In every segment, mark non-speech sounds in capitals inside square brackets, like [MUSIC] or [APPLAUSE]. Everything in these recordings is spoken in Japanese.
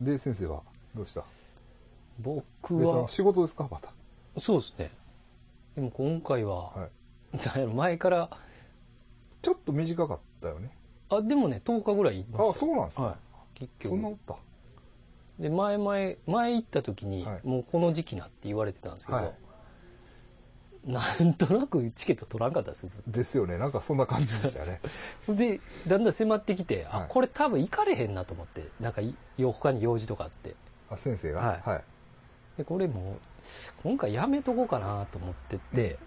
で、先生はどうした僕ベトナはム、仕事ですかまた。そうですね。でも今回は、はい。なんやろ [LAUGHS] 前から、ちょっと短かったよね。あ、でもね、10日ぐらいいまあ、したそうよなんですか、はい。結そんなお局。ったで、前々、前行った時に、はいもうこの時期なって言われてたんですけど、はいなんとなくチケット取らんかったです、ずっですよね。なんかそんな感じで [LAUGHS] したね。とで、だんだん迫ってきて、はあ、いこれ多分行かれへんなと思って、なんかい、よ他に用事とかあって。あ、先生が。はいはい。で、これもう、今回やめとこうかなと思ってて、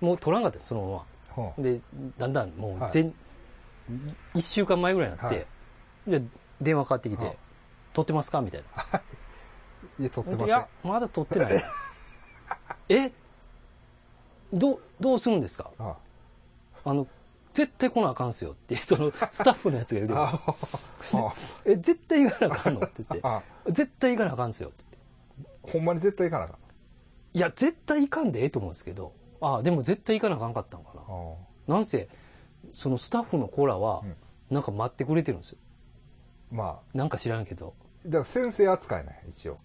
もう取らんかったです、そのまま。はあで、だんだんもはうい全、1週間前ぐらいになって、で、電話かかってきて、はい撮ってますかみたいな。いや、撮ってまいせんや。、まだ撮って [LAUGHS] ない。えどう、どうするんですかああの、絶対来なあかんっすよって、 [LAUGHS] その、スタッフのやつが言うてあ。くるああ。え、絶対行かなあかんのって言っああ。て、絶対行かなあかんっすよって言って。ほんまに絶対行かなあかん。いや、絶対行かんでええと思うんですけど、ああ、でも絶対行かなあかんかったんかな。あなんせ、そのスタッフの子らはうん、なんか待ってくれてるんですよ。あまなんか知らんけど。あ、だから先生扱いね、一応。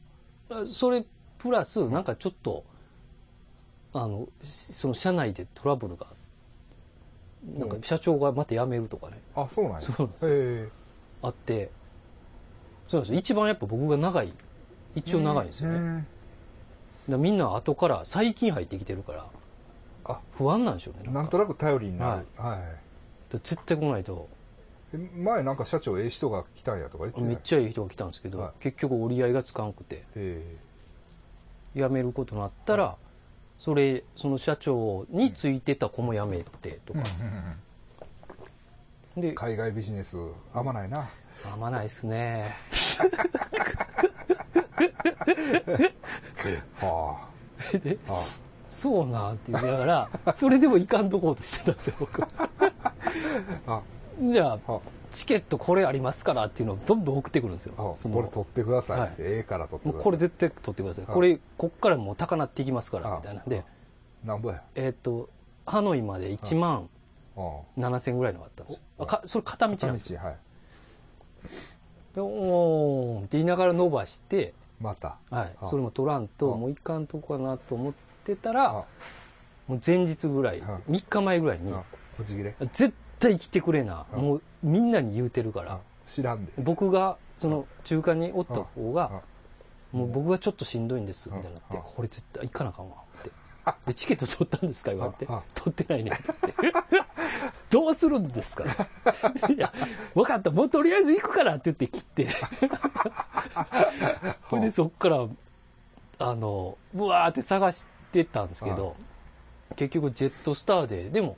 あそれプラス、なんかちょっと、あの、しその社内でトラブルが、なんか社長がまた辞めるとかね、あ、そうなんや。そうなんですよえあって、そうなんですよ。一番やっぱ僕が長い、一応長いんですえよね。だかね。らみんな後から最近入ってきてるから、あ不安なんでしょうね。なんかとなく頼りになる。はい。だから絶対来ないと、え前なんか社長ええ人が来たんやとか言ってためっちゃいい人が来たんですけど、はい結局折り合いがつかんくて、え辞めることになったら、それ、その社長についてた子も辞めてとえか。でえ、海外ビジネス合わないな合わないっすね。はで、あ、はそうなんって言いながら、 [LAUGHS] それでもいかんとこうとしてたんですよ、僕。あ、じゃああ、チケットこれありますからっていうのをどんどん送ってくるんですよ。あ、あそのこれ取ってくださいって、はええから取ってもくうださいこれ絶対取ってください。はいこれ、こっからもう高なっていきますから、あみたいなんで、なんぼやえーっと、ハノイまで1万あ7000ぐらいのがあったんですよ。あかそれ片道あなん道ですよ。はいでおーんって言いながら伸ばして、またはい、あそれも取らんと、あもういかんとこかなと思ってたらあ、もう前日ぐらい、あ3日前ぐらいにあ、ぶち切れ絶対来てくれな。うんもうみんなに言うてるからあ。知らんで僕が、その中間におった方うんうんが、もう僕がちょっとしんどいんです、みたいになっうて、んうんこれ絶対行かなあかんわ、って。で、チケット取ったんですか言われてうんうん。取って [LAUGHS] ないね。って。どうするんですかいや、分かった、もうとりあえず行くからって言って切って。ほいで、そっから、あの、ぶわーって探してたんですけど、結局ジェットスターで、でも、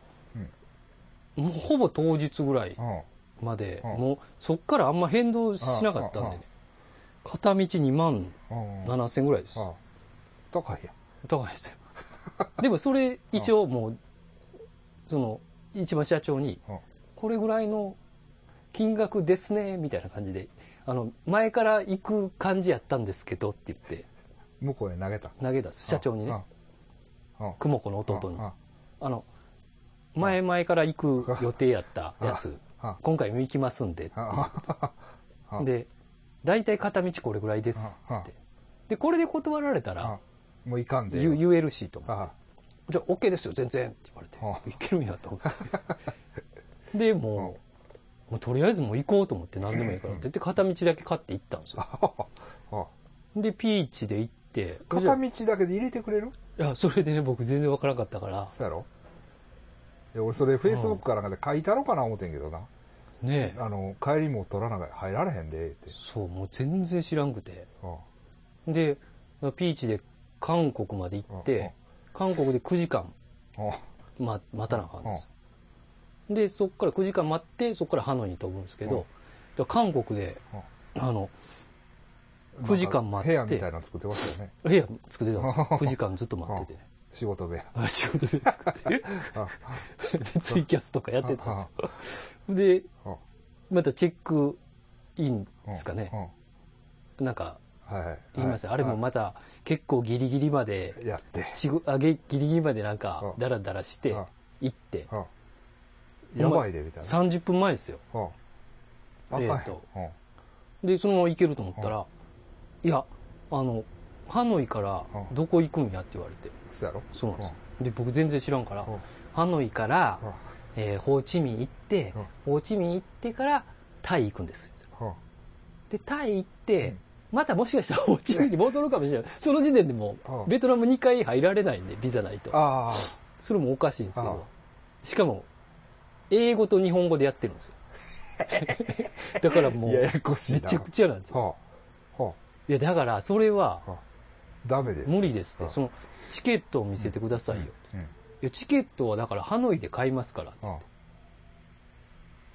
もうほぼ当日ぐらいうんまで、うんもうそっからあんま変動しなかったんでね。片道2万うん7千ぐらいです。あ高いや高いですよ。 [LAUGHS] でもそれ一応もう、その、一番社長に、うんこれぐらいの金額ですね、みたいな感じで、あの、前から行く感じやったんですけどって言って向こうへ投げた投げたんです。社長にね、うんうん久保子の弟にうん。あの、前々から行く予定やったやうつんうん、今回も行きますんでってうん言ってうんで、大体片道これぐらいですうんって。で、これで断られたら、うんもういかんで言う言えるしと思って。あじゃあ、OK ですよ、全然って言われて。うんいけるんやと思 [LAUGHS] って。で、もう、もうとりあえずもう行こうと思って何でもいいからって言って、片道だけ買って行ったんですよ。あで、ピーチで行って、片道だけで入れてくれるいや、それでね、僕全然わからなかったから、そうやろいや俺それフェイスブックかなんかで書いたろかな思ってんけどなねえあの帰りも取らながら入られへんでってそう、もう全然知らんくて。うんで、ピーチで韓国まで行っうんうんて、韓国で9時間うん [LAUGHS] ま、待たなあかんですよ。で、そっから9時間待って、そっからハノイに飛ぶんですけうんど、だから韓国で、あの、9時間待ってなんか部屋みたいなの作ってましたよね [LAUGHS] 部屋作ってたんですよ。9時間ずっと待っててね。仕事部屋あ [LAUGHS] 仕事で作って、あでツイキャスとかやってたんですよ。で、うんまたチェックインですかねう。んなんか、はいはい言いますよあれもまた結構ギリギリまで、やってしごあげギリギリまでなんかう、んダラダラしてうん、行って、うんやばいでみたいな30分前ですよ。うんあかんえやんーとうんで、そのまま行けると思ったら、いや、あの、ハノイからうんどこ行くんやって言われて。そうやろそうなんですよ。で、僕全然知らんから、うんハノイからうん、えーホーチミン行ってうん、ホーチミン行ってからタイ行くんです。うんで、タイ行って、またもしかしたらホーチミンに戻るかもし [LAUGHS] れない。その時点でもうんう、ベトナム2回入られないんで、ビザないと。あそれもおかしいんですけああど。しかも、英語と日本語でやってるん [LAUGHS] ですよ。だからあもう、やめやこしいなちゃくちゃなんですよ。はあはいや、だから、それはあ、はあダメです無理ですっあて、その、チケットを見せてくださいよ。うんうんいや、チケットはだから、ハノイで買いますからって。あ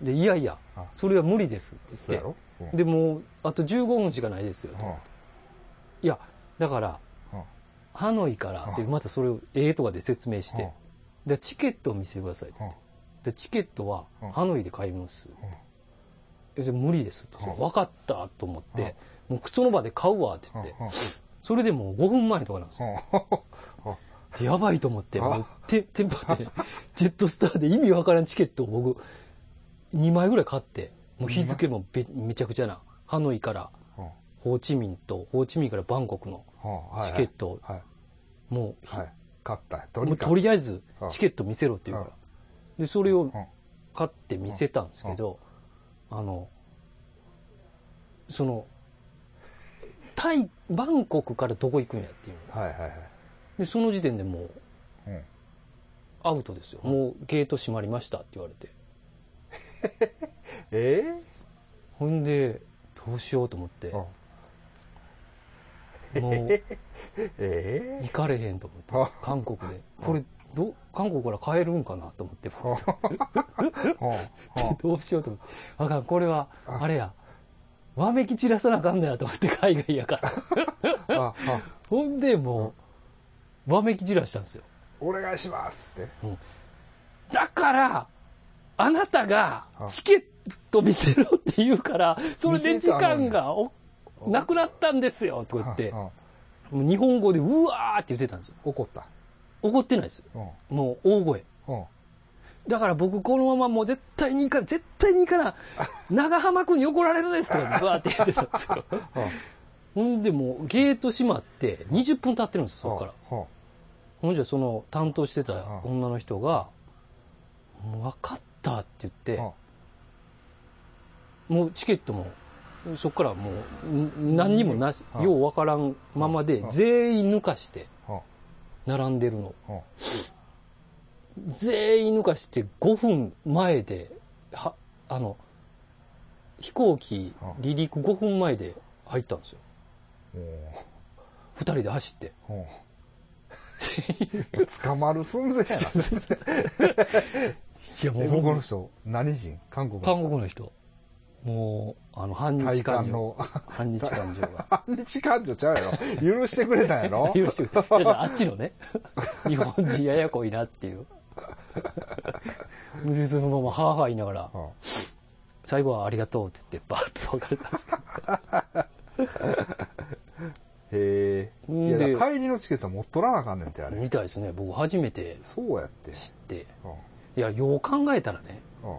で、いやいやあ、それは無理ですってそう言やっろうんて。で、もう、あと15分しかないですよ。はいや、だから、あはハノイからって、あまたそれを英とかで説明しあて、で、チケットを見せてくださいってあはで、チケットはうんハノイで買います。うんえじゃあ無理ですと。うん分かったと思って、もうその場で買うわってあ言って、はそれでもう5分前とかなんですよ。あはあはでやばいと思って、あもうテテン [LAUGHS] パってね、ジェットスターで意味わからんチケットを僕、2枚ぐらい買って、もう日付もべめちゃくちゃな、ハノイからあはホーチミンと、ホーチミンからバンコクのあはあはいチケットを、はいもう、はい勝ったともうにかとくりあえずうんチケット見せろって言うから。で、それを買って見せたんですけど、あの、その、タイ、バンコクからどこ行くんやっていう。はいはいはいで、その時点でもううんアウトですよ。もうゲート閉まりましたって言われて。えほんで、どうしようと思ってえ、うんもうええ行かれへんと [LAUGHS] 思って、あ韓国で。これ、ど、韓国から帰るんかなと思って、僕はあはどうしようと思って。あかん、これは、あれや、わめき散らさなあかんのやと思って、 [LAUGHS] 海外やから。あはあほんでもう、わめき散らしたんですよ。お願いしますってだから、あなたがチケット見せろって言うから、それで時間がおなくなったんですよとか言って、はあはもう日本語でうわーって言ってたんですよ。あ怒った怒ってないです。うんもう大声。うんだから僕このままもう絶対に行か絶対に行 [LAUGHS] かな、長浜くんに怒られるですと [LAUGHS] か、わーって言ってたんですよ。 [LAUGHS] ほんでもうゲート閉まって20分経ってるんですよ、そこから。はほんじゃその担当してた女の人が、もう分かったって言って、あはもうチケットも、そっからもうん何にもなし、うんようわからんままでうん全員抜かしてあは並んでるの。あは全員抜かして5分前で、は、あの、飛行機うん離陸5分前で入ったんですよ。あも2人で走って。う [LAUGHS] うん捕まる寸前やないや [LAUGHS] もえ向うこうの僕、人何人韓国韓の国の人、もう、あの、反人体日感感情。 [LAUGHS] の反日感情が。反 [LAUGHS] 日感情ちゃうやろ許してくれたんや [LAUGHS] ろ許してくれじゃ [LAUGHS] あじゃああっちのね [LAUGHS] 日本人ややこいなっていうでそのままハーハー言いながらうん最後はありがとうって言ってバーッと別れたんですけどへえんいやでだから帰りのチケット持っとらなあかんねんってあれみたいですね僕初めてそうやって知ってうんいやよう考えたらねうん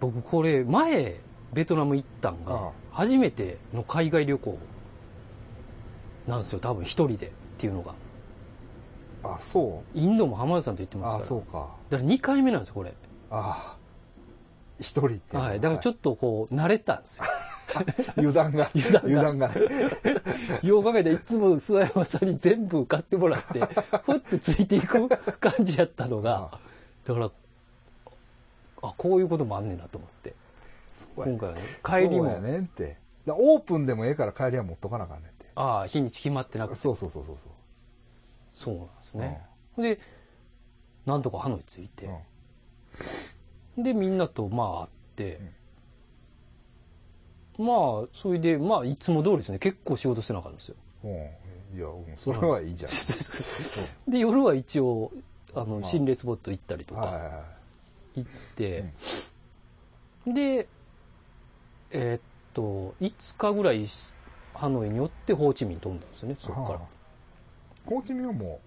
僕これ前ベトナム行ったんあがあ初めての海外旅行なんですよ多分一人でっていうのがあそうインドも浜田さんと言ってますあからそうかだから2回目なんですよこれあ一人ってはいだからちょっっとこう慣れたんですよ [LAUGHS] と [LAUGHS] 油断が油断が油断がね [LAUGHS] よう考えたらいつも諏訪山さんに全部買っても [LAUGHS] らって、ふってついていく感じやったのが、だから、あ、こういうこともあんねんなと思って。そうや今回はね、帰りそうやも、ねんってだからオープンでもええから帰りは持っとかなあかんねんってああ、日にち決まってなくて。そうそうそうそうそうそうなんですね。で、なんとかハノイ着いて、うで、みんなとまあ会って、まあ、それで、まあ、いつも通りですね。結構仕事してなかったんですよ。んうんいやうんそれはいいじゃん [LAUGHS] で、夜は一応、あの、まあ心霊スポット行ったりとか、はいはいはい行って、で、えーっと、5日ぐらいしハノイに寄ってホーチミン飛んだんですよね、そこから。はあホーチミンはも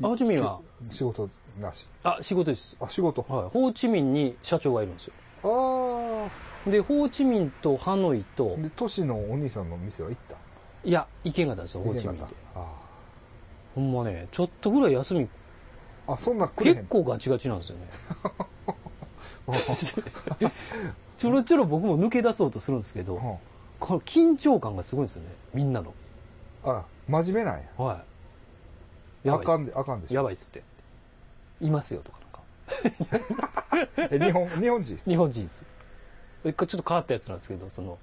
うホーチミンは、仕事なしあ、仕事です。あ仕事はい。ホーチミンに社長がいるんですよ。ああで、ホーチミンとハノイと、で、都市のお兄さんの店は行ったいや、行けんかったんですよ、ホ行ーけチなミンでかっ。た。あほんまね、ちょっとぐらい休み、あ。あ、そんなん来れへん結構ガチガチなんですよね。 [LAUGHS] ちょろちょろ僕も抜け出そうとするんですけど、うんこの緊張感がすごいんですよね、みんなの。あ、真面目なんや。はい。やあばかいっんすで、あかんでしやょ。ばいっすって。いますよとかなんか。え、日本、日本人。日本人です。えこれちょっと変わったやつなんですけど、その、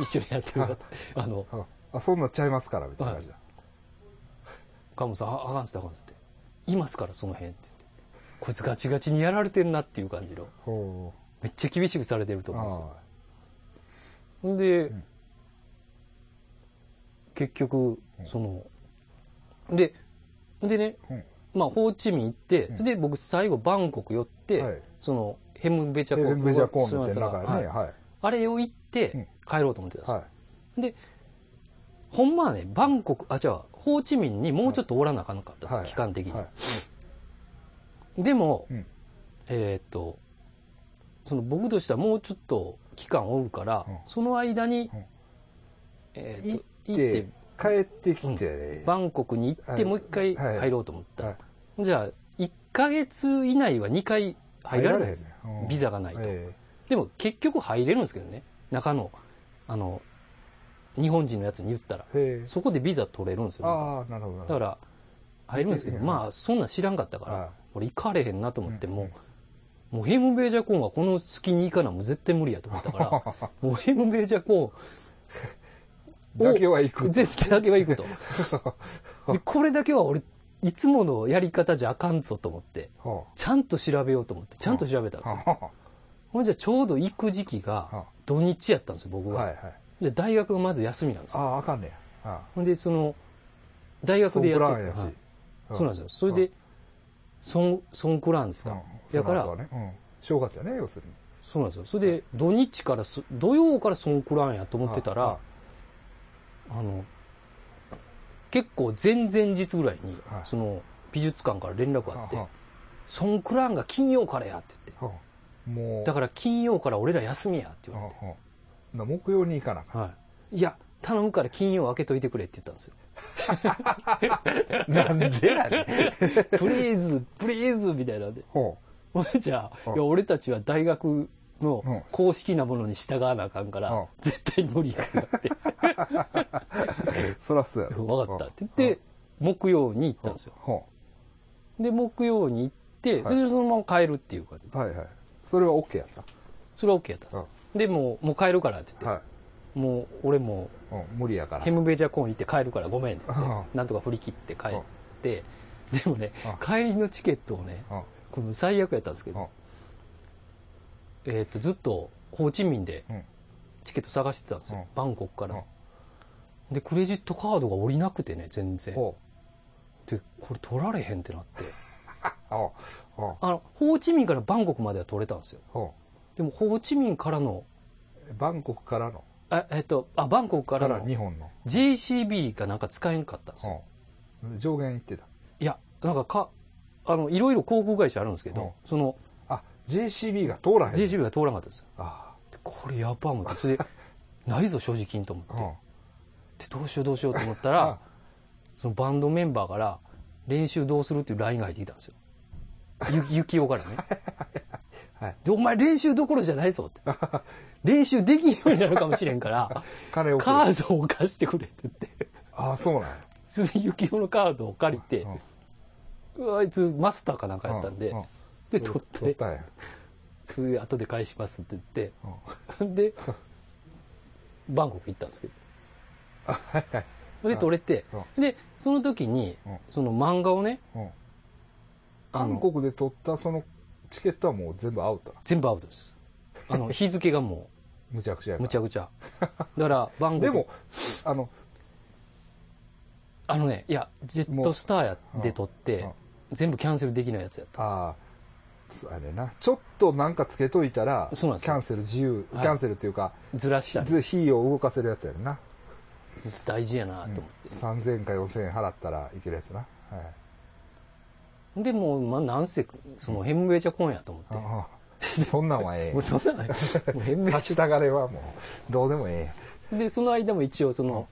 一緒にやってるやつあの、うんあ、そんなんちゃいますから、みたいな感じだ。カモさん、ああかんっすってあかんっすって。いますから、その辺って言って。こいつガチガチにやられてんなっていう感じの。ほめっちゃ厳しくされてるとう。思うんですよ。あほんで、ん結局、その、で、でね、あ。うん。まあ、ホーチミン行って、うんで、僕、最後、バンコク寄って、はいその、ヘムベチャコヘムベジャコーンみンたいな中やね。はいはい。あれを行ってうん、帰ろうと思ってたんですよ。はい。で、ほんまはね、バンコク、あ、じゃあ、ホーチミンにもうちょっとおらなあかんかったんですよ、はい期間的に。はい。でも、うんえーっと、その僕としてはもうちょっと期間おるから、うんその間に、うんえーっ行と、って、帰ってきて、バンコクに行っはて、いもう一回はい入ろうと思った。はいじゃあ、1ヶ月以内は2回入られないんですよ。入られへんねうんビザがないと。えでも結局入れるんですけどね。中の、あの、日本人のやつに言ったら。えへえそこでビザ取れるんですよ。ああ、なるほど。なるだほかどら、入るんですけど、うんまあ、そんなん知らんかったから、はい俺行かれへんなと思って、うんもう、もうヘムベージャーコーンはこの隙に行かな、もう絶対無理やと思っ [LAUGHS] たから、もうヘムベージャーコーンをだけは行く。絶対だけは行くと。で、これだけは俺、いつものやり方じゃあかんぞと思って、 [LAUGHS] ほうちゃんと調べようと思って、ちゃんと調べたんですよ。はほんじゃ、ちょうど行く時期はが、土日やったんですよ、僕い [LAUGHS] は。はい。で、大学がまず休みなんですあよ。あ、あかんねや。あほんで、その、大あ。学ソンでやプってランやしはい。そうなんですよ。よ。それで、ソン、ソンクラーンですうん。かだか、その後はら、ねうん正月やね、要するに。そうなんですよ。それで、土日からす、土曜からソンクラーンやと思ってたらは、あの、結構前々日ぐらいには、いその、美術館から連絡いあっはて、ソンクラーンが金曜からやって言って、あはあもう。だから金曜から俺ら休みやって言われて、うんうんな木曜に行かなあかはい。いや、頼むから金曜開けといてくれって言ったんです [LAUGHS] よ。ん。[LAUGHS] なんでやねん。プリーズ、プリーズみたいなんで。ほほんじゃあ、うんいや俺たちは大学うのん公式なものに従わなあかんから、うん絶対無理やってなって、う。そら [LAUGHS] そうや [LAUGHS] ろ。分かったって言って、木曜に行ったんですよ。ほで、木曜に行って、それでそのまま帰るっていう感じで。う。はいはい。それは OK やっそれは OK やったんですよ。で、もう、もう帰るからってた。言っはて、もう俺もい。うん無理やからヘ。ムベジャーコーン行って帰るからごめんって言って、うんなんとか振り切って帰って、でもねうん、帰りのチケットをね、うんこの最悪やったんですけうど、んえっと、ずっとホーチミンでうんチケット探してたんですうよん。バンコクからうん。で、クレジットカードが降りなくてね、全然。ほで、これ取られへんってなって。 [LAUGHS] う。ほう。ほうあの、ホーチミンからバンコクまでは取れたんですよ。ほでも、ホーチミンからの、う。バンコクからの。あえっと、あ、バンコクかかららの日本の。 JCB がなんか使えんかったんですよ。うん上限行ってた。いや、なんかか、あの、いろいろ航空会社あるんですけうんど、その、あ、JCB が通らへん。 JCB が通らなかったんですよ。あでこれやば思って、そ [LAUGHS] れで、ないぞ、正直金と思あ、って。でどうしようどうしようと思 [LAUGHS] ったらそのバンドメンバーから練習どうするっていう LINE が入ってきたんですよゆ雪男からね、 [LAUGHS] はいでお前練習どころじゃないぞって練習できんようになるかもしれんから [LAUGHS] 金をくれカードを貸してくれって言ってああ、そうなんや。それで雪男のカードを借りてうん、あいつマスターかなんかやったんで、ううで取って取ったんや。それで後で返しますって言って、 [LAUGHS] でバンコク行ったんですけどで取れて、でその時に、うんその漫画をねうんあの韓国で取ったそのチケットはもう全部アウトだ。全部アウトです [LAUGHS] あの日付がもむちゃくちゃやうかむらちゃくちゃだから番号でも、あの、あのねいやジェットスターやで撮っても全部キャンセルできないやつやったんですああ、そようやねんな。ちょっとなんかつけといたら、そうなんですキよャンセル自由、キはいャンセルっていうか、ずらしたりず費用を動かせるやつやねんな。大事やなと思って、 3000円か4000円払ったらいけるやつな。はい。でもうまあなんせそのヘムウェイジャコンやと思ってあそんなんはええ [LAUGHS] もう。そんな [LAUGHS] のないもう変ハ名ッシュタガレはもう、どうでもえで、その間も一応その、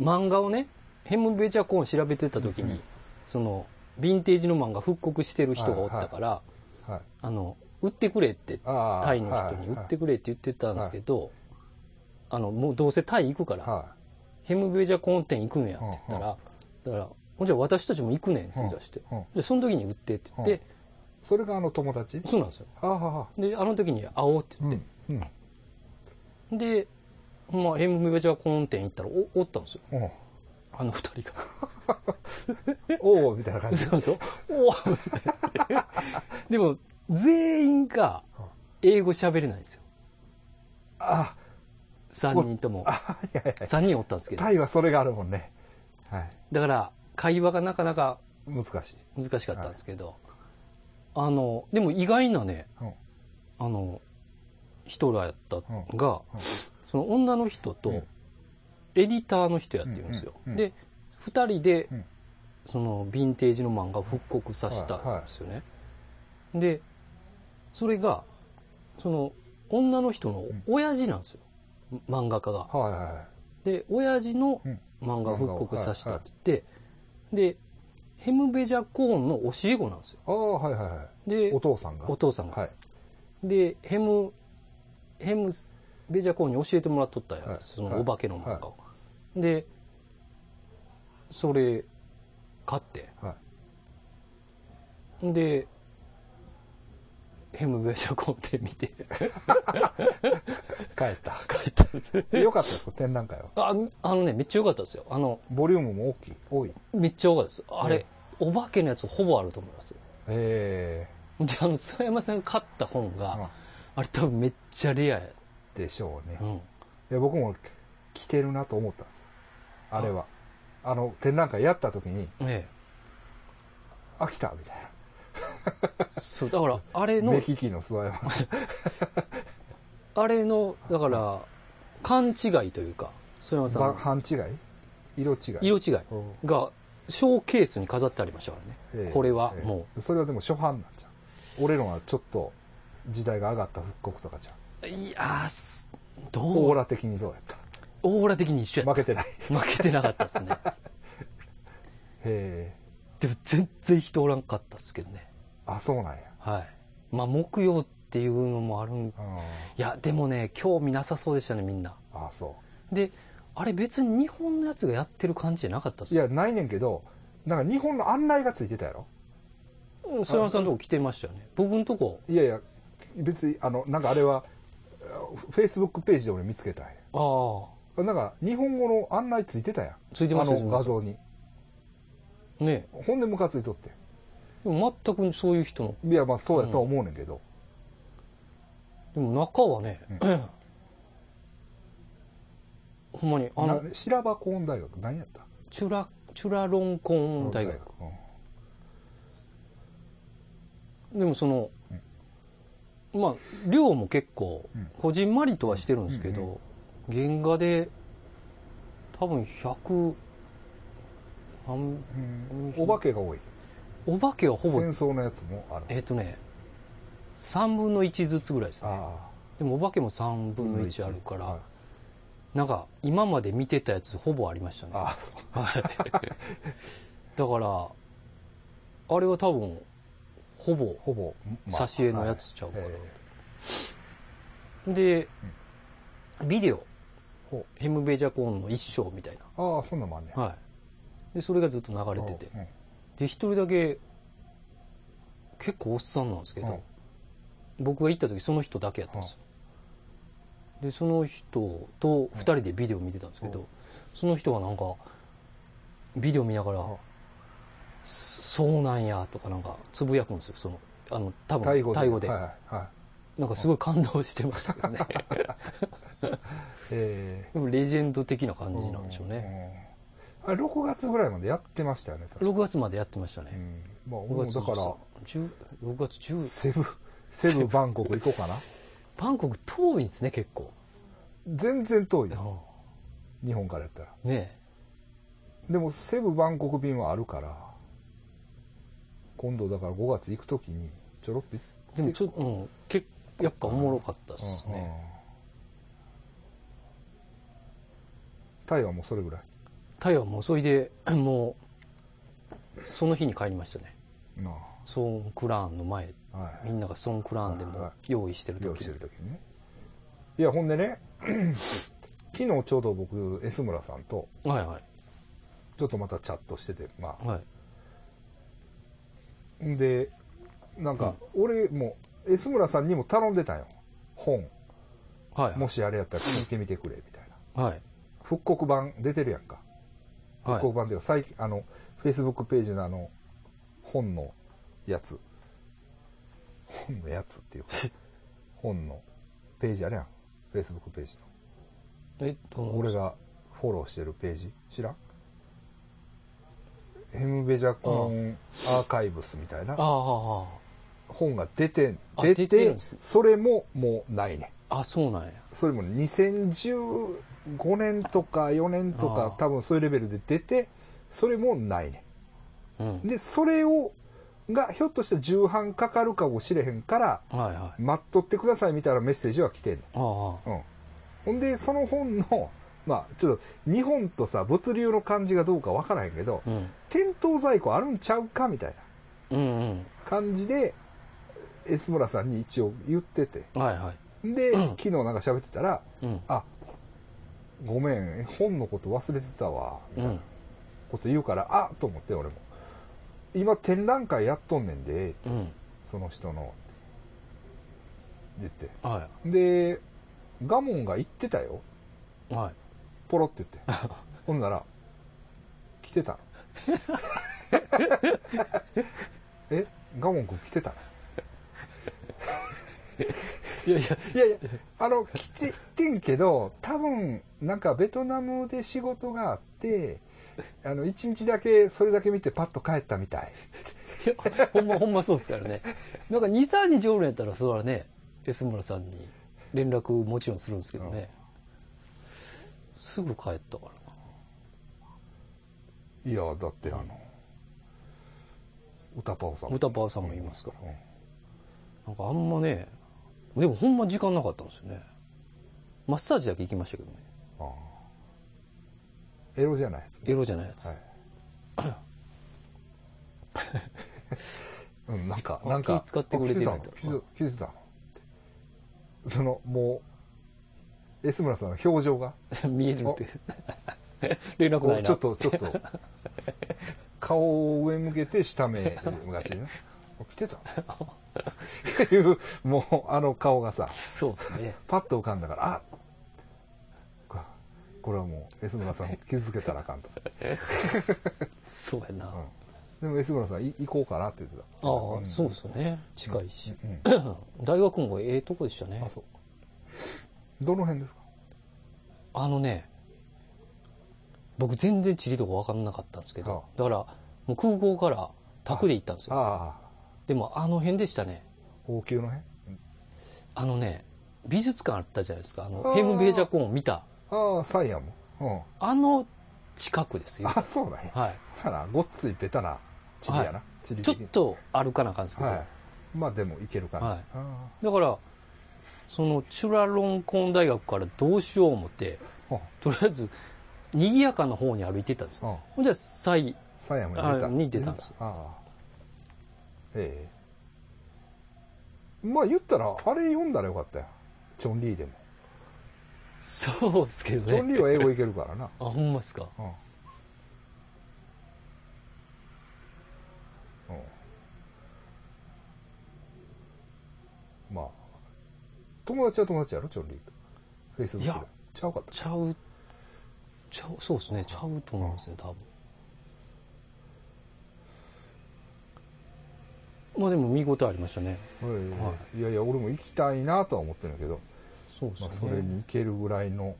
漫画をね、ヘムベジャーコーン調べてた時に、その、ヴィンテージの漫画復刻してる人がおったから、え。はい。あの、売ってくれって、ああタイの人に売ってくれって言ってたんですけど、あの、もうどうせタイ行くから、はヘムベジャーコーン店行くんやって言ったら、だから、ほんじゃ私たちも行くねんって言い出して、うんうんで、その時に売ってって言って、い。それがあの友達そうなんですよ。はあはあ。で、あの時に会おうって言ってうん。うん。で、まあ、ヘムベジャーコーン店行ったらおおったんですよ。うんあの二人が。おおみたいな感じ。そうなんですよ。おーみたいな [LAUGHS] でも、全員が英語喋れないんですよ。あ三人とも。あ、いやいや三人おったんですけど。タイはそれがあるもんね。はい。だから、会話がなかなか難しい。難しかったんですけど。あの、でも意外なね、うん。あの、人らやったうんが、その女の人うとん、エディターの人やってるんですよ。うんうんで、二人でうん、その、ヴィンテージの漫画を復刻させたんですよね。で、それが、その、女の人の親父なんですよ。漫画家が。はいはいはい。で、親父のうん漫画を復刻させたって言って、で、ヘムベジャコーンの教え子なんですよ。ああ、はいはいはでい。お、父さんが。お父さんが。はい。で、ヘム、ヘムベジャコーンに教えてもらっとったやつ、はいそのお化けの漫画を。で、それ、買って、はい。で、ヘムベジャコーンって見て、 [LAUGHS] 帰った。 [LAUGHS] 帰った。よかったですか、展覧会は。ああのね、めっちゃ良かったですよ。あの、ボリュームも大きい。多い。めっちゃ良かったです。あうれん、お化けのやつほぼあると思いますよ。えで、あの、曽山さんが買った本えが、うんあれ多分めっちゃレアや。でしょうねう。ん。いや、僕も来てるなと思ったんですよ。あれは。あの、展覧会やった時に、え飽きたみたいえ。そう、だから、あれな。目の、利きの座りは。あれの、だから、勘違いというか、曽山さんばの半違い色違い。色違いうんが、ショーケースに飾ってありましたからえね。えこれはええもそれはでも初版なんじゃん。俺のはちょっと時代が上がった復刻とかじゃん。う、いやーす、どう、オオーーララ的にどうやった的に一緒やっ負けて [LAUGHS] ない。た。負けてなかった [LAUGHS] ですね。へえ。でも全然人おらんかったですけどね。あ、そうなんや。はい。まあ、木曜っていうのもあるん、いうんや、でもね、興味なさそうでしたね、みんな。あ、そで、あれ別に日本のやつがやってる感じじゃなかったっう。すいよ。や、ないねんけど、なんか日本の案内がついてたやろうん曽山さんのとこ来てましたよね。僕のとこ、いやいや、別に、あの、なんかあれは、フェイスブックページで俺見つけたんや。あなんか、日本語の案内ついてたやん。ついてましたあついのてま画した像に。あ、ねほんでムカついとって。でも全くそういう人の、いや、まあそうやとは思うねんけど。でも中はね、ほんまに、あなの、シラバコーン大学、何やったチュラ、チュラロンコーン大学。。うんでもその、まあ、量も結構、こじんまりとはしてるんですけど、原画で、多分100、なんお化けが多い。お化けはほぼ戦争のやつもある。えっ、とね、3分の1ずつぐらいですね。あでもお化けも3あ。分の1あるから、はいなんか今まで見てたやつほぼありましたね。ああ、そう。はい。だから、あれは多分、ほぼ、ほぼ、まあ挿絵のやつちゃうからはいえで、ビデオほう、ヘムベジャコーンの一章みたいえああ、そんなんもあんねな。はい。で、それがずっと流ん。れてて。うんで、一人だけ、結構おっさんなんですけうどん、僕が行った時その人だけやったんですよ。で、その人と二人でビデオ見てたんですけど、その人がなんか、ビデオ見ながらん、そそうなんやとかなんかつぶやくんですよ、その、あの、多分、タイ語で。タイ語ではい。はいはい。なんかすごい感動してま [LAUGHS] したけどね。えでもレジェンド的な感えじなんでしょうね。。うんあれ、6月ぐらいまでやってましたよね、確か6月までやってましたうね。ん。まあ、 6俺も月だから、 10 6月10、セブ、セブバンコク行こうかな。バンコク遠いんですね、結構。全然遠いよ。う日本からやったら。んねでも、セブバンコク便はあるから、今度だから5月行くときに、ちょろっと行っえ。でもちょっと、うん、結構やっぱおもろかったっすうんうんね。タイはもうそれぐらい。タイはもうそれで、 [CLEARS THROAT] もう、その日に帰りましたね。なソーンクラーンの前、あはみい。んながソーンクラーンではいはもい用意してる料時理してにる時にね。いや、ほんでね、 [CLEARS THROAT] 昨日ちょうど僕、S 村さんと、はいはちょっとまたチャットしてて、まい。はい。あ。んで、なんか、俺も、S 村さんにも頼んでたんよ。本。はい。もしあれやったら聞いてみてくれ、みたいな。はい。復刻版出てるやんか。はい。復刻版っていうか、最近、あの、Facebook ページのあの、本のやつ。本のやつっていう [LAUGHS] か、本のページあれやん。Facebook ページの。えっと、俺がフォローしてるページ知らんヘムベジャコンアーカイブスみたいあなあ、あ本が出てあ出出ててるんですねそれももうないねあああ、そうなんや。それも2015年とか4年とあかー多分そういうレベルで出てそれもないねうん。でそれをがひょっとしたら重版かかるかもしれへんからはいはい。待っとってくださいみたいなメッセージは来てんねああ、うん。ほんで、その本の、 [LAUGHS] まあ、ちょっと、日本とさ、物流の感じがどうかわからへんけど、うん。店頭在庫あるんちゃうかみたいなうん感じで、エス村さんに一応言ってて。うん。はいはい。で、うん昨日なんか喋ってたら、うん。あ、ごめん、本のこと忘れてたわ、みたう。いなんこと言うから、あと思って、俺も。今、展覧会やっとんねんで、うん。その人の、言って。はで、ガモンが言ってたよ。い。はい。 [LAUGHS] ポロって [LAUGHS] 言って。ほんなら、来てた [LAUGHS] の。えガモン君来てたのいやいや、いやいや、あの、来て、てんけど、多分、なんかベトナムで仕事があって、あの、一日だけ、それだけ見てパッと帰ったみたい。いや [LAUGHS] ほんま、ほんまそうですからね。なんか2、3日おるんやったら、それはね、安村さんに連絡もちろんするんですけどね。すぐ帰ったからな。いや、だってあの、歌パオさんも。歌パーさんもいますから。うんなんかあんまね、でもほんま時間なかったんですよね。マッサージだけ行きましたけどね。ああエロじゃないやつ、エロじゃないやつ。はいうん、なんか、なんか、気使ってくれてるんだあ気づいたの気づ気づいたのってその、もう、S 村さんの表情が、 [LAUGHS] 見えるって。 [LAUGHS] 連絡こなういな。ちょっと、ちょっと、顔を上向けて下目がちね。来てたのっていう、もう、あの顔がさ、そうですね。パッと浮かんだから、あこれこれはもう、S 村さんを傷つけたらあかんと。そうやな。あでも S 村さん、い行こうかなって言ってた。あ、そうですよね。近いし。うん [COUGHS] 大学もええとこでしたねあ、。そう。どの辺ですかあのね、僕全然地理とか分かんなかったんですけど、だから、もう空港から宅で行ったんですよ。ああ、でもあの辺でしたね。王宮の辺あのね、美術館あったじゃないですか。あの、あーヘムベージャコーンを見た。ああ、サイヤも。あの近くですうん。よ。あそうなんや。はさら、ごっついベタな地理やな。地い。理ちょっ的に。と歩かなあかんですけど。はい。まあでも、いける感じ。はいあだから、その、チュラロンコン大学からどうしよう思って、あうんとりあえず、賑やかな方に歩いてったんですよ。うんほんじゃ、サイ、サイヤも出た。あに出たんですよああ。ええ。まあ言ったら、あれ読んだらよかったよ。チョン・リーでも。 [LAUGHS] そうっすけどね。チョン・リーは英語いけるからな。あ、ほんまっすか。うん。うん。まあ、友達は友達やろ、チョンリーと。フェイスブいックやで。ちゃうかった。、ちゃう、ちゃう、そうですね。ちゃうと思いますね、多分。まあでも見事ありましたね。はいいやいや、俺も行きたいなとは思ってるんだけど、そうですまね。あ、それに行けるぐらいの、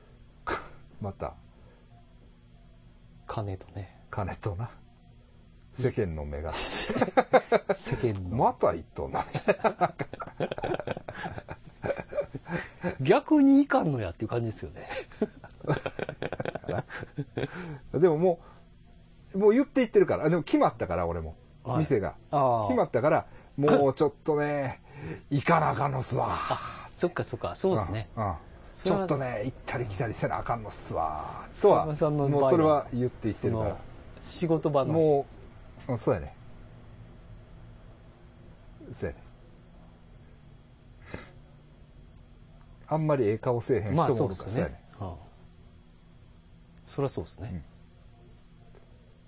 [LAUGHS] また、金とね。 [LAUGHS] 金とな。世間の目が。世間の。また行っとんな。逆にいかんのやっていう感じですよね。でももう、もう言って言ってるから。あでも決まったから、俺も。あはい店があ [LAUGHS] 決ま [LAUGHS] あ。ったから、もうちょっと [LAUGHS] ね、行かなあかんのっすわ。そっかそっか、そうですね。うん。うんそちれょはっとね、行ったり来たりせなあかんのっすわ。とは、さんまさんのもうそれは言っていってそるかの、仕事場ら。の。もう、うんそうやね。そうやね。あんまりええ顔せえへん人まあもそおうるでかすら、そうやよねね。。ああそりゃそうですね。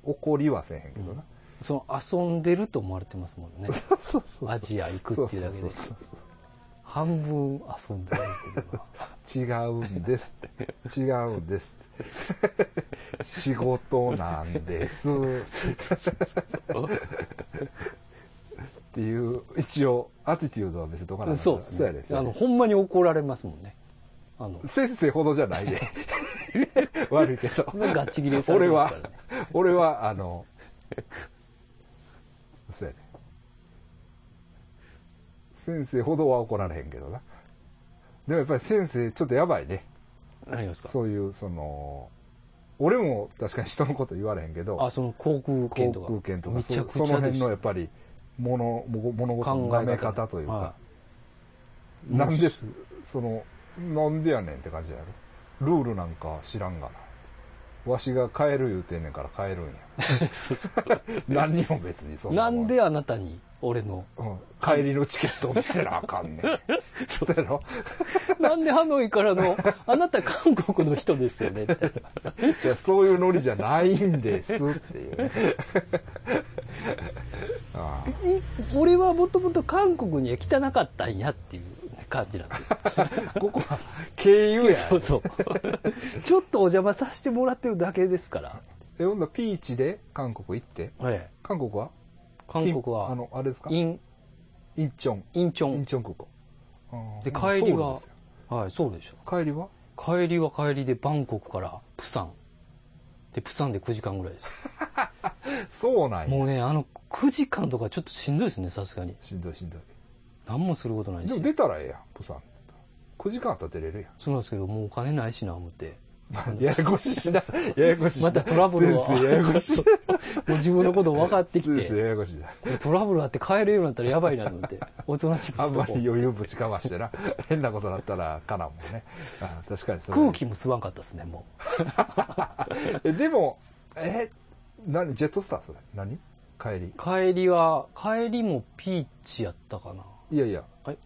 怒りはせえへんけど [LAUGHS] な。その遊んでると思われてますもん [LAUGHS] ね。そうそうそうアジア行くっていうだけでそうそうそうそう半分遊んでるっていうのは違うんですって。違うんですって。仕事なんです。っていう、一応、アティチュードは別にどかなあかんからそうですそうやねね。。そうあやの、ねほんまに怒られますもんね。あの、先生ほどじゃない [LAUGHS] で。悪いけどほ。んまガチ切れされ俺てまはすからね。、俺は、あの、そうやね。先生ほどは怒られへんけどな。でもやっぱり先生ちょっとやばいね。何がですかそういう、その、俺も確かに人のこと言われへんけど、あ、その航空券航とか。空券とか、めそちゃくちそゃの辺でしのたやっぱり、もの、も物事の考なえめ方というか、は [LAUGHS] いなんもでうす、その、なんでやねんって感じやろ。ルールなんか知らんがな。わしが変える言うてんねんから変えるんや。そうそう [LAUGHS] 何にも別にそんなもんであなたに俺 [LAUGHS] の、うん帰りのチケットを見せなあかんねん。そうやろなんでハノイからの、 [LAUGHS] あなた韓国の人ですよねって。いや、そういうノリじゃないんですっていう [LAUGHS] ね。ああい俺はもともと韓国には来たなかったんやっていう感じなんですよ。 [LAUGHS] ここは経由や。そうそう。ちょっとお邪魔させてもらってるだけですから。え、ほんならピーチで韓国行ってええ、韓国は韓国金あは、の、あれですかイン、インチョン。インチョインン。チョン空港。ああで、帰りそうなんはですよ、はい、そうでしょ。帰りは帰りは帰りでバンコクからプサン。で、プサンで9時間ぐらいです。そうなんや。もうね、あの、9時間とかちょっとしんどいですね、さすがに。しんどいしんどい。何もすることないでしも。出たらええやん、プサン。9時間あったら出れるやん。そうなんですけど、もうお金ないしな、思って。 [LAUGHS] ややこし [LAUGHS] いな。ややこしいな。またトラブルは先生ややこしい。もう自分のこと分かってき先生て、ややこしい [LAUGHS] な。トラブルあって帰れるようになったらやばいなと思 [LAUGHS] って、おとなしくあんしまとりこう。余裕ぶちかましてな。 [LAUGHS] 変なことになったらかなもんね。あ確かにそれ空気も吸わんかったですね、もえ、でも、え、何ジェットスターそれ何帰りう。。帰りは、帰りもピーチやったかな。いやいや。はい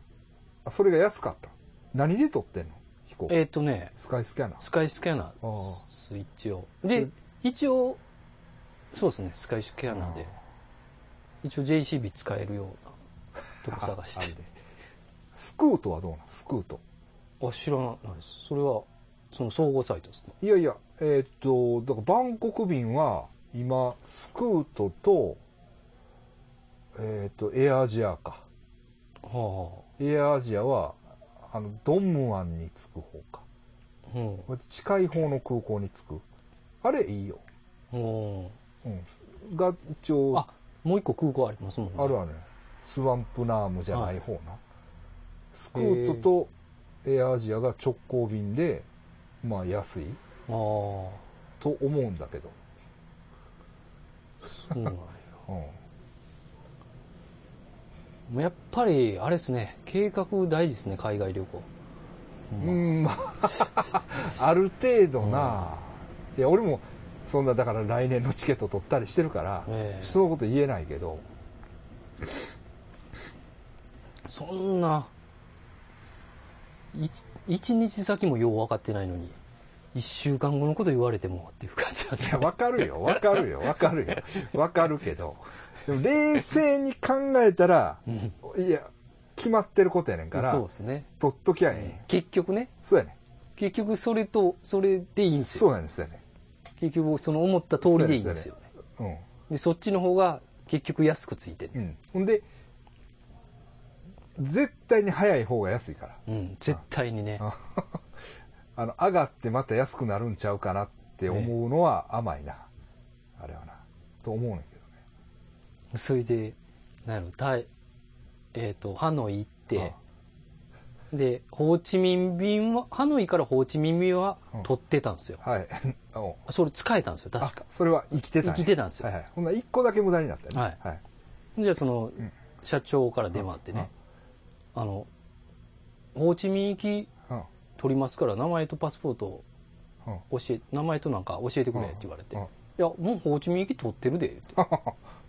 あそれが安かった。何で撮ってんの飛行機。えっ、とね、スカイスキャナー。スカイスキャナーああです、一応。で、一応、そうですね、スカイスキャナーで、一応 JCB 使えるようなとこ探 [LAUGHS] しああてれ。でスクートはどうなんスクート。あ、知らないです。それは、その総合サイトですね。いやいや、えーっと、だからバンコク便は今、スクートと、えーっと、エアアジアか。はエアアジアは、あの、ドンムアンに着く方か。あ、うん。近い方の空港に着く。あれいいよ。うん。うん。が、一応、あ、もう一個空港ありますもんね。あるある。スワンプナームじゃない方な。スクートとエアアジアが直行便で、まあ安いああ、そと思うんだけど。うなんや。うん。もうやっぱり、あれですね、計画大事ですね、海外旅行。うーん、まあ、 [LAUGHS] ある程度な、いや、俺も、そんな、だから来年のチケット取ったりしてるから、ええ人のこと言えないけど、そんな、一一日先もよう分かってないのに、一週間後のこと言われてもっていう感じなんでいすや、よ。わかるよ、わかるよ、わかるよ、わかるけど、でも冷静に考えたら、いや、決まってることやねんから、 [LAUGHS] そうですね。取っときゃええんや結局ね、そうやね結局それと、それでいいんん。ですそよ。うやねん、そうやね結局その思った通りでいいんですよね。ん。で、そっちの方が結局安くついてうん。うる。ん。ほんで、絶対に早い方が安いから。うん、絶対にね。あの、上がってまた安くなるんちゃうかなって思うのは甘いな。あれはな。と思うねんけどね。それで、なんやろ、タイ、えっ、と、ハノイ行って、で、ホーチミン便は、ハノイからホーチミン便は取ってたんですよ。はい。おうそれ使えたんですよ、あ確か。、それは生きてたんや生きてたんですよはいはい。ほんなら一個だけ無駄になったよね。はいはい。じゃあそうのん、社長から電話あってね、あの、ホーチミン行きうん、うん、取りますから、名前とパスポートをうん。教え、名前となんか教えてくれって言われて、うんいや、もうホーチミン行き取ってるで、って。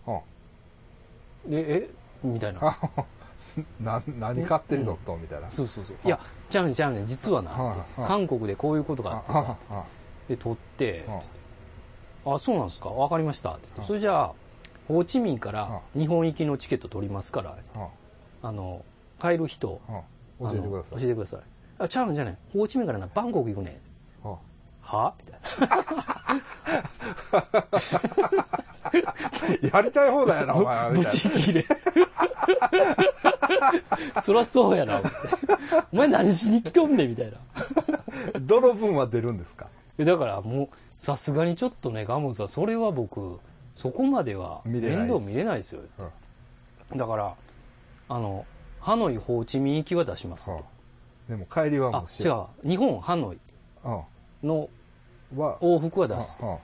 うんで、えみたいな。あな何買ってるのと、みたいな。そうそうそう。いや、じゃあね、じゃあね、実はな、はいってはい韓国でこういうことがあってさ、あで、取って、ああ、そうなんですかわかりました。って言ってうんそれじゃあ、ホーチミンからあ日本行きのチケット取りますから、あああの、帰る人、あ教えてくださあのい。教えてください。あ、ちゃうんじゃない。ホーチミンからな、バンコク行くねん。あはみたいな。やりたい方だよな、お前は。みぶたいち切れ。 [LAUGHS] そらそうやな、思ってお前何しに来とんねん、みたいな。などの分は出るんですかえだからもう、さすがにちょっとね、ガモンさん、それは僕、そこまでは見れない面です倒見れないですよ。うんはだから、あの、ハノイ、ホーチミン行きは出します。あでも帰りはあもう、違う。日本、ハノイう。のん。は、往復は出す。あ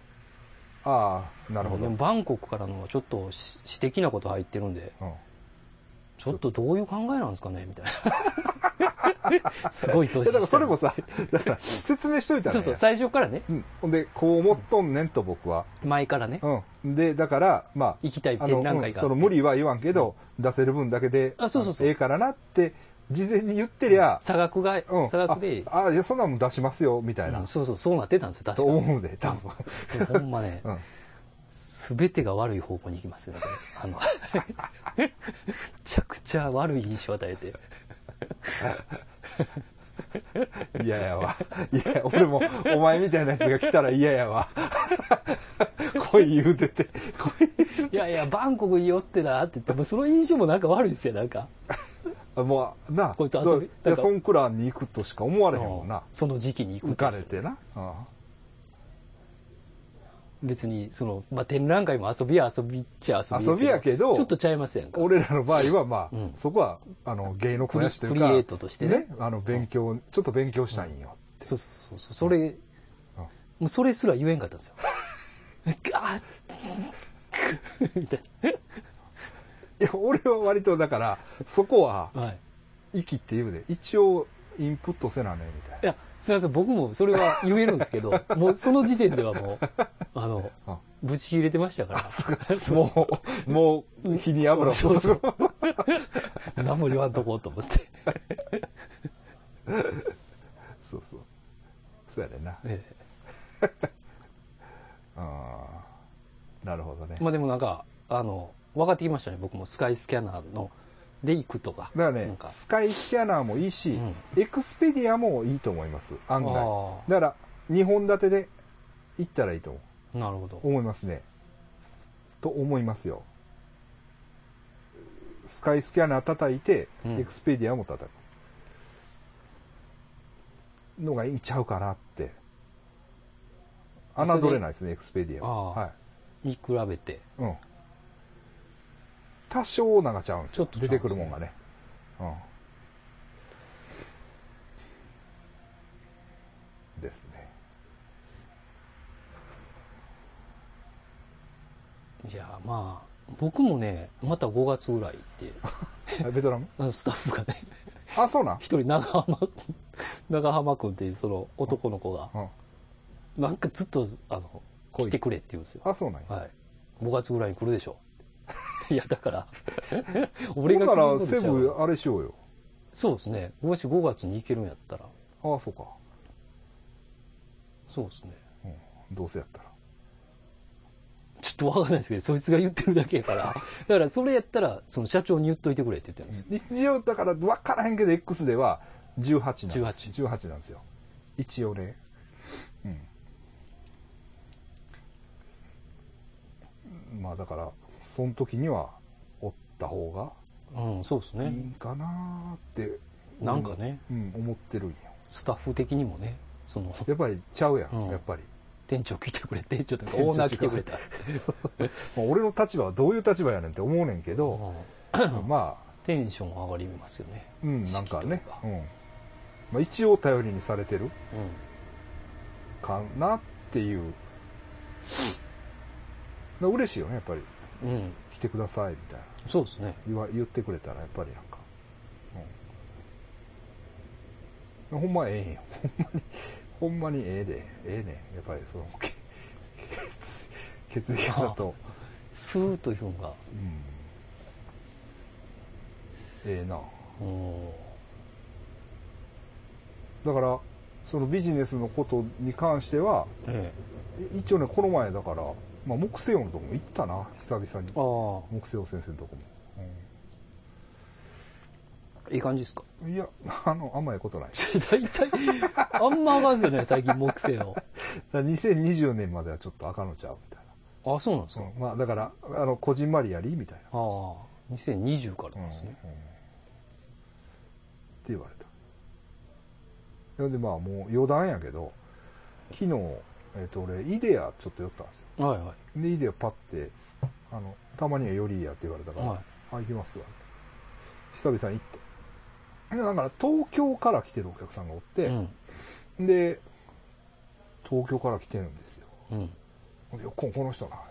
ああ、なるほど。でうもん。バンコクからのはちょっとし私的なこと入ってるんで、ちょっとどういう考えなんですかねみたい [LAUGHS] な。すごい年い下やだからそれもさ、 [LAUGHS] だから説明しといたらそうね。そう、最初からね、うん。ほんで、こう思っとんねんと僕は。前からね、うん。で、だから、まあ、行きたいってあの、何回うんか。その無理は言わんけど、出せる分だけで、あそうそうそうのええからなって、事前に言ってりゃ、差額が、うん。差額で、あ、あいや、そんなもん出しますよ、みたいなうん。そうそう、そうなってたんですよ、確とかに。思うで、多分。でほんまね [LAUGHS] う、ん。すべてが悪い方向に行きますよね、これあの、めちゃくちゃ悪い印象を与えて。嫌やわ。いや、俺も、お前みたいなやつが来たら嫌やわ。恋言うてて、恋。いやいや、バンコクいいよってなって言って、もうその印象もなんか悪いですよ、なんか。あもう、なあ、こいつ遊びいなんや、かソンクランに行くとしか思われへんもんな。その時期に行浮くっていかうれてな。うん別に、その、まあ、展覧会も遊びや遊びっちゃ遊び遊びやけどちょっとちゃいますやんか。俺らの場合は、まあうん、そこは、あの、芸の肥やしというか、クリクリエイトとしてねあの、勉強、ちょっと勉強したいんよ。そうそうそうそう。それ、もうそれすら言えんかったんで [LAUGHS] すよ。ガーッ [LAUGHS] みたいいや、俺は割と、だから、そこは、な。はい。息って言うで、一応、インプットせなね、みたいいや、すみません、僕もそれは言えるんですけど、 [LAUGHS] もうその時点ではもう、あのあ、ぶち切れてましたから。な。もう、もう、火に油を注ぐ。何も言わんとこうと思 [LAUGHS] って。そうそう。そうやねんな。えああ、なるほどね。えまあでもなんか、あの、分かってきましたね、僕もスカイスキャナーの、で行くとか。だからなねん、かスカイスキャナーもいいし、うんエクスペディアもいいと思います、案あ外。ーだから、2本立てで行ったらいいと思なるほどう。思いますね。と思いますよ。スカイスキャナー叩いて、うんエクスペディアも叩く。のがいいんちゃうかなって。あそれで侮れないですね、エクスペディアは。あーはい。見比べて。うん。多少長ちゃうんですよ。ちょっとちゃう出んですてくねるもんがね。うん。です [LAUGHS] ね。いや、まあ、僕もね、また5月ぐらいって、あベトナムあのスタッフがね、あ、そうなん。一人長浜 [LAUGHS] くん、長浜くんっていうその男の子が、うん。なんかずっと、あの、来い来てくれって言うんですよ。あ、そうなんや。はい。5月ぐらいに来るでしょ。 [LAUGHS] いや、だから、俺だがか来ら、るセちゃうブ、あれしようよ。そうですね。もし5月に行けるんやったら、ああ、そうか。そうですね。うん。どうせやったら。ちょっとわかんないですけど、そいつが言ってるだけやから、だからそれやったら、その社長に言っといてくれって言ってるんですよ。一応、だから、わからへんけど、X では18なんです。 18 18なんですよ。一応ね。うん。まあ、だから、その時には、おった方がうん、そうですね。いいかなーって、なんかね、うん、思ってるんよ。スタッフ的にもね、その、 [LAUGHS] やっぱりちゃうやん、うんやっぱり。店長来てくれ、店長とか店長オーナー来てくれた。まあ、俺の立場はどういう立場やねんって思うねんけど、まあ、テンション上がりますよね。うん、なんかね好きというか。うん。まあ、一応頼りにされてるかなっていう。だから嬉しいよね、やっぱり。うん。来てくださいみたいなそうですね。言わ言ってくれたらやっぱりなんか、うん、ほんまええんよ [LAUGHS] ほんまにほんまにええでええねんやっぱりその [LAUGHS] け血血液型と、スーッというのが。うん、ええなうん。だからそのビジネスのことに関してはええ。い一応ねこの前だから、まあ、木星王のとこも行ったな久々にああ。木星王先生のとこも、いい感じですかうん、いやあの甘いこと [LAUGHS] ない [LAUGHS] 大体、あんま上がんすよね、最近木星を。だから2020年まではちょっと赤のちゃうみたいあそうなんですか。な、うんまあだからあのこじんまりやりみたいああ。2020からな、うんですね。うんって言われたそれでまあもう余談やけど昨日、えっと俺イデアちょっと寄ってたんですよはいはでイデアパッてあの「たまにはよりや」って言われたから「はいあ行きますわ」久々に行ってでだから東京から来てるお客さんがおっい。てう、ん。で東京から来てるんですようん。ほんでここの人なって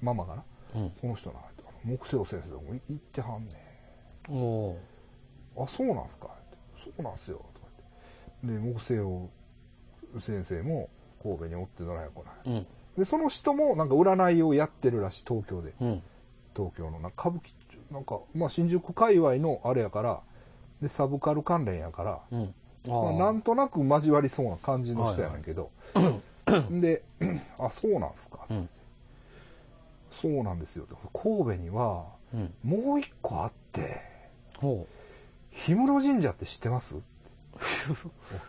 ママがなうん。この人なってあの木星先生とこ行ってはんねおーんあそうなんすかってそうなんすよとか言ってで木星を先生も神戸におってどないこない、うん。でその人もなんか占いをやってるらしい東京でうん。東京のなんか歌舞伎なんか、まあ、新宿界隈のあれやからでサブカル関連やから、うん。まあ、ああ。なんとなく交わりそうな感じの人やねんけど、で [CLEARS THROAT] あそうなんすか、うん。そうなんですよって神戸にはうん。もう一個あってほ氷室神社って知ってますお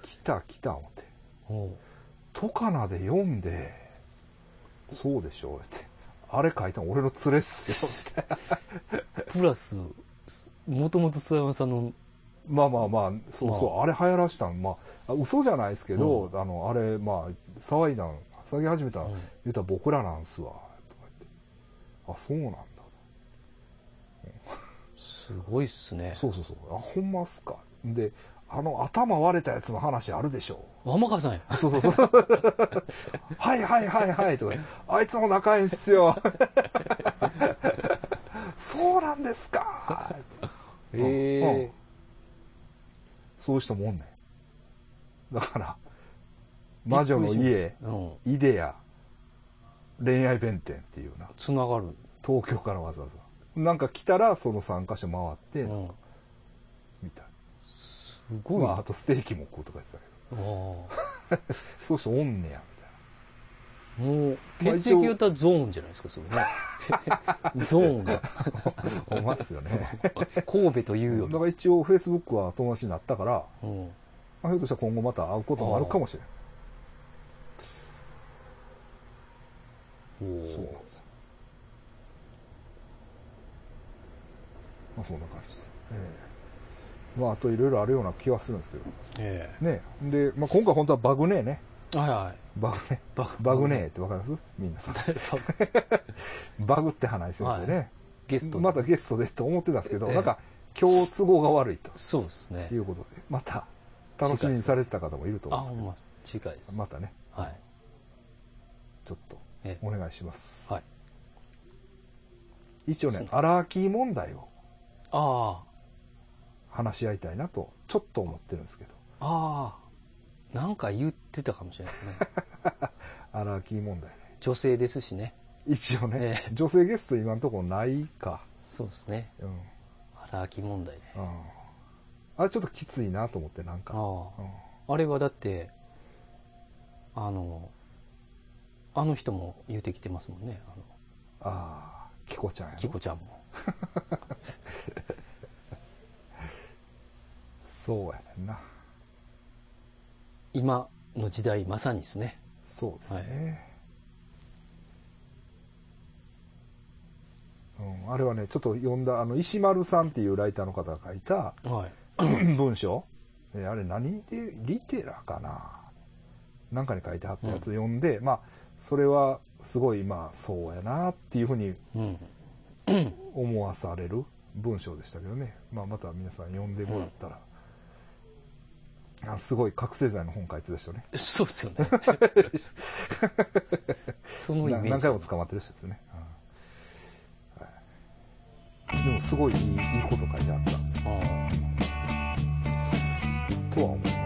来た来た思ってう。ほ「トカナ」で読んで「そうでしょ」って「あれ書いたの俺の連れっすよ」ってう。プラス、すもともと諏山さんの、まあまあまあそうそう、あ、れ流行らしたんまああ嘘じゃないですけど、あのあれまあ騒いだん騒ぎ始めた、うん言うたら僕らなんすわとか言ってあそうなんだすごいっすね。そうそうそうあほんまっすかであの頭割れたやつの話あるでしょ天川さんや。そうそうそう。はいはいはいはいとか、あいつも仲いいんすよ。そうなんですか。えそういう人もおんねん。だから、魔女のびっ家え、うん。イデア、恋愛弁天っていうな、つながる。東京からわざわざ。なんか来たら、その3カ所回うって、ん。みたい。すごいまな。あ、あとステーキも食うとか言ってたけど、ああそういうも人おんねや、みたいな。う、まあ血液型ゾーンじゃないですか、それね。 [LAUGHS] ゾーンが。思いますよね。神戸と [LAUGHS] いうよだり。から一応、Facebook は友達になったから、うん。まあ、ひょっとしたら今後また会うこともあるかもしれない。おそうなんーですよ。まあそんな感じです。ええまああといろいろあるような気はするんですけど。えねえで、まあ今回本当はバグねえね。え。はいはい。バグねバえ。バグねえってわかりますみんなさん。バグって花井先生ね。ゲスト。またゲストでと思ってたんですけど、ええなんか今日都合が悪いとそうですねい。うことで、また楽しみにされてた方もいるとあ、思うんでほすんまです。近いです。けど、またね、はい。ちょっとえお願いします。え。はい。一応ね、アラーキー問題をあ話し合いたいなと、ちょっと思ってるんですけど。あ。ああ。なんか言ってたかもしれないですね。アラーキー問題ね。女性ですしね。一応ね、ええ女性ゲスト今のところないか。そうですね。うん。うん腹き問題ね。あれちょっときついなと思って、なんあか。あう。ん。あれはだって、あの、あの人も言うてきてますもんね。あの、ああ、キコちゃんやキろ。コちゃんも。そうやねんな。今の時代、まさにですね。そうですね。うん、あれはね、ちょっと読んだ、あの、石丸さんっていうライターの方が書いたはい。 [COUGHS] 文章。えーあれ何で、リテラかななんかに書いてあったやつ読んで、まあ、それはすごい、まあ、そうやなっていうふうにうん。思わされる文章でしたけどね、まあ、また皆さん読んでもらったら、あのすごい覚醒剤の本書いてた人ねそうですよ [LAUGHS] ね。そのイなメー何ジ。回も捕まってる人ですね、うんはいでもすごいいいいいこと書いてあったああとは思います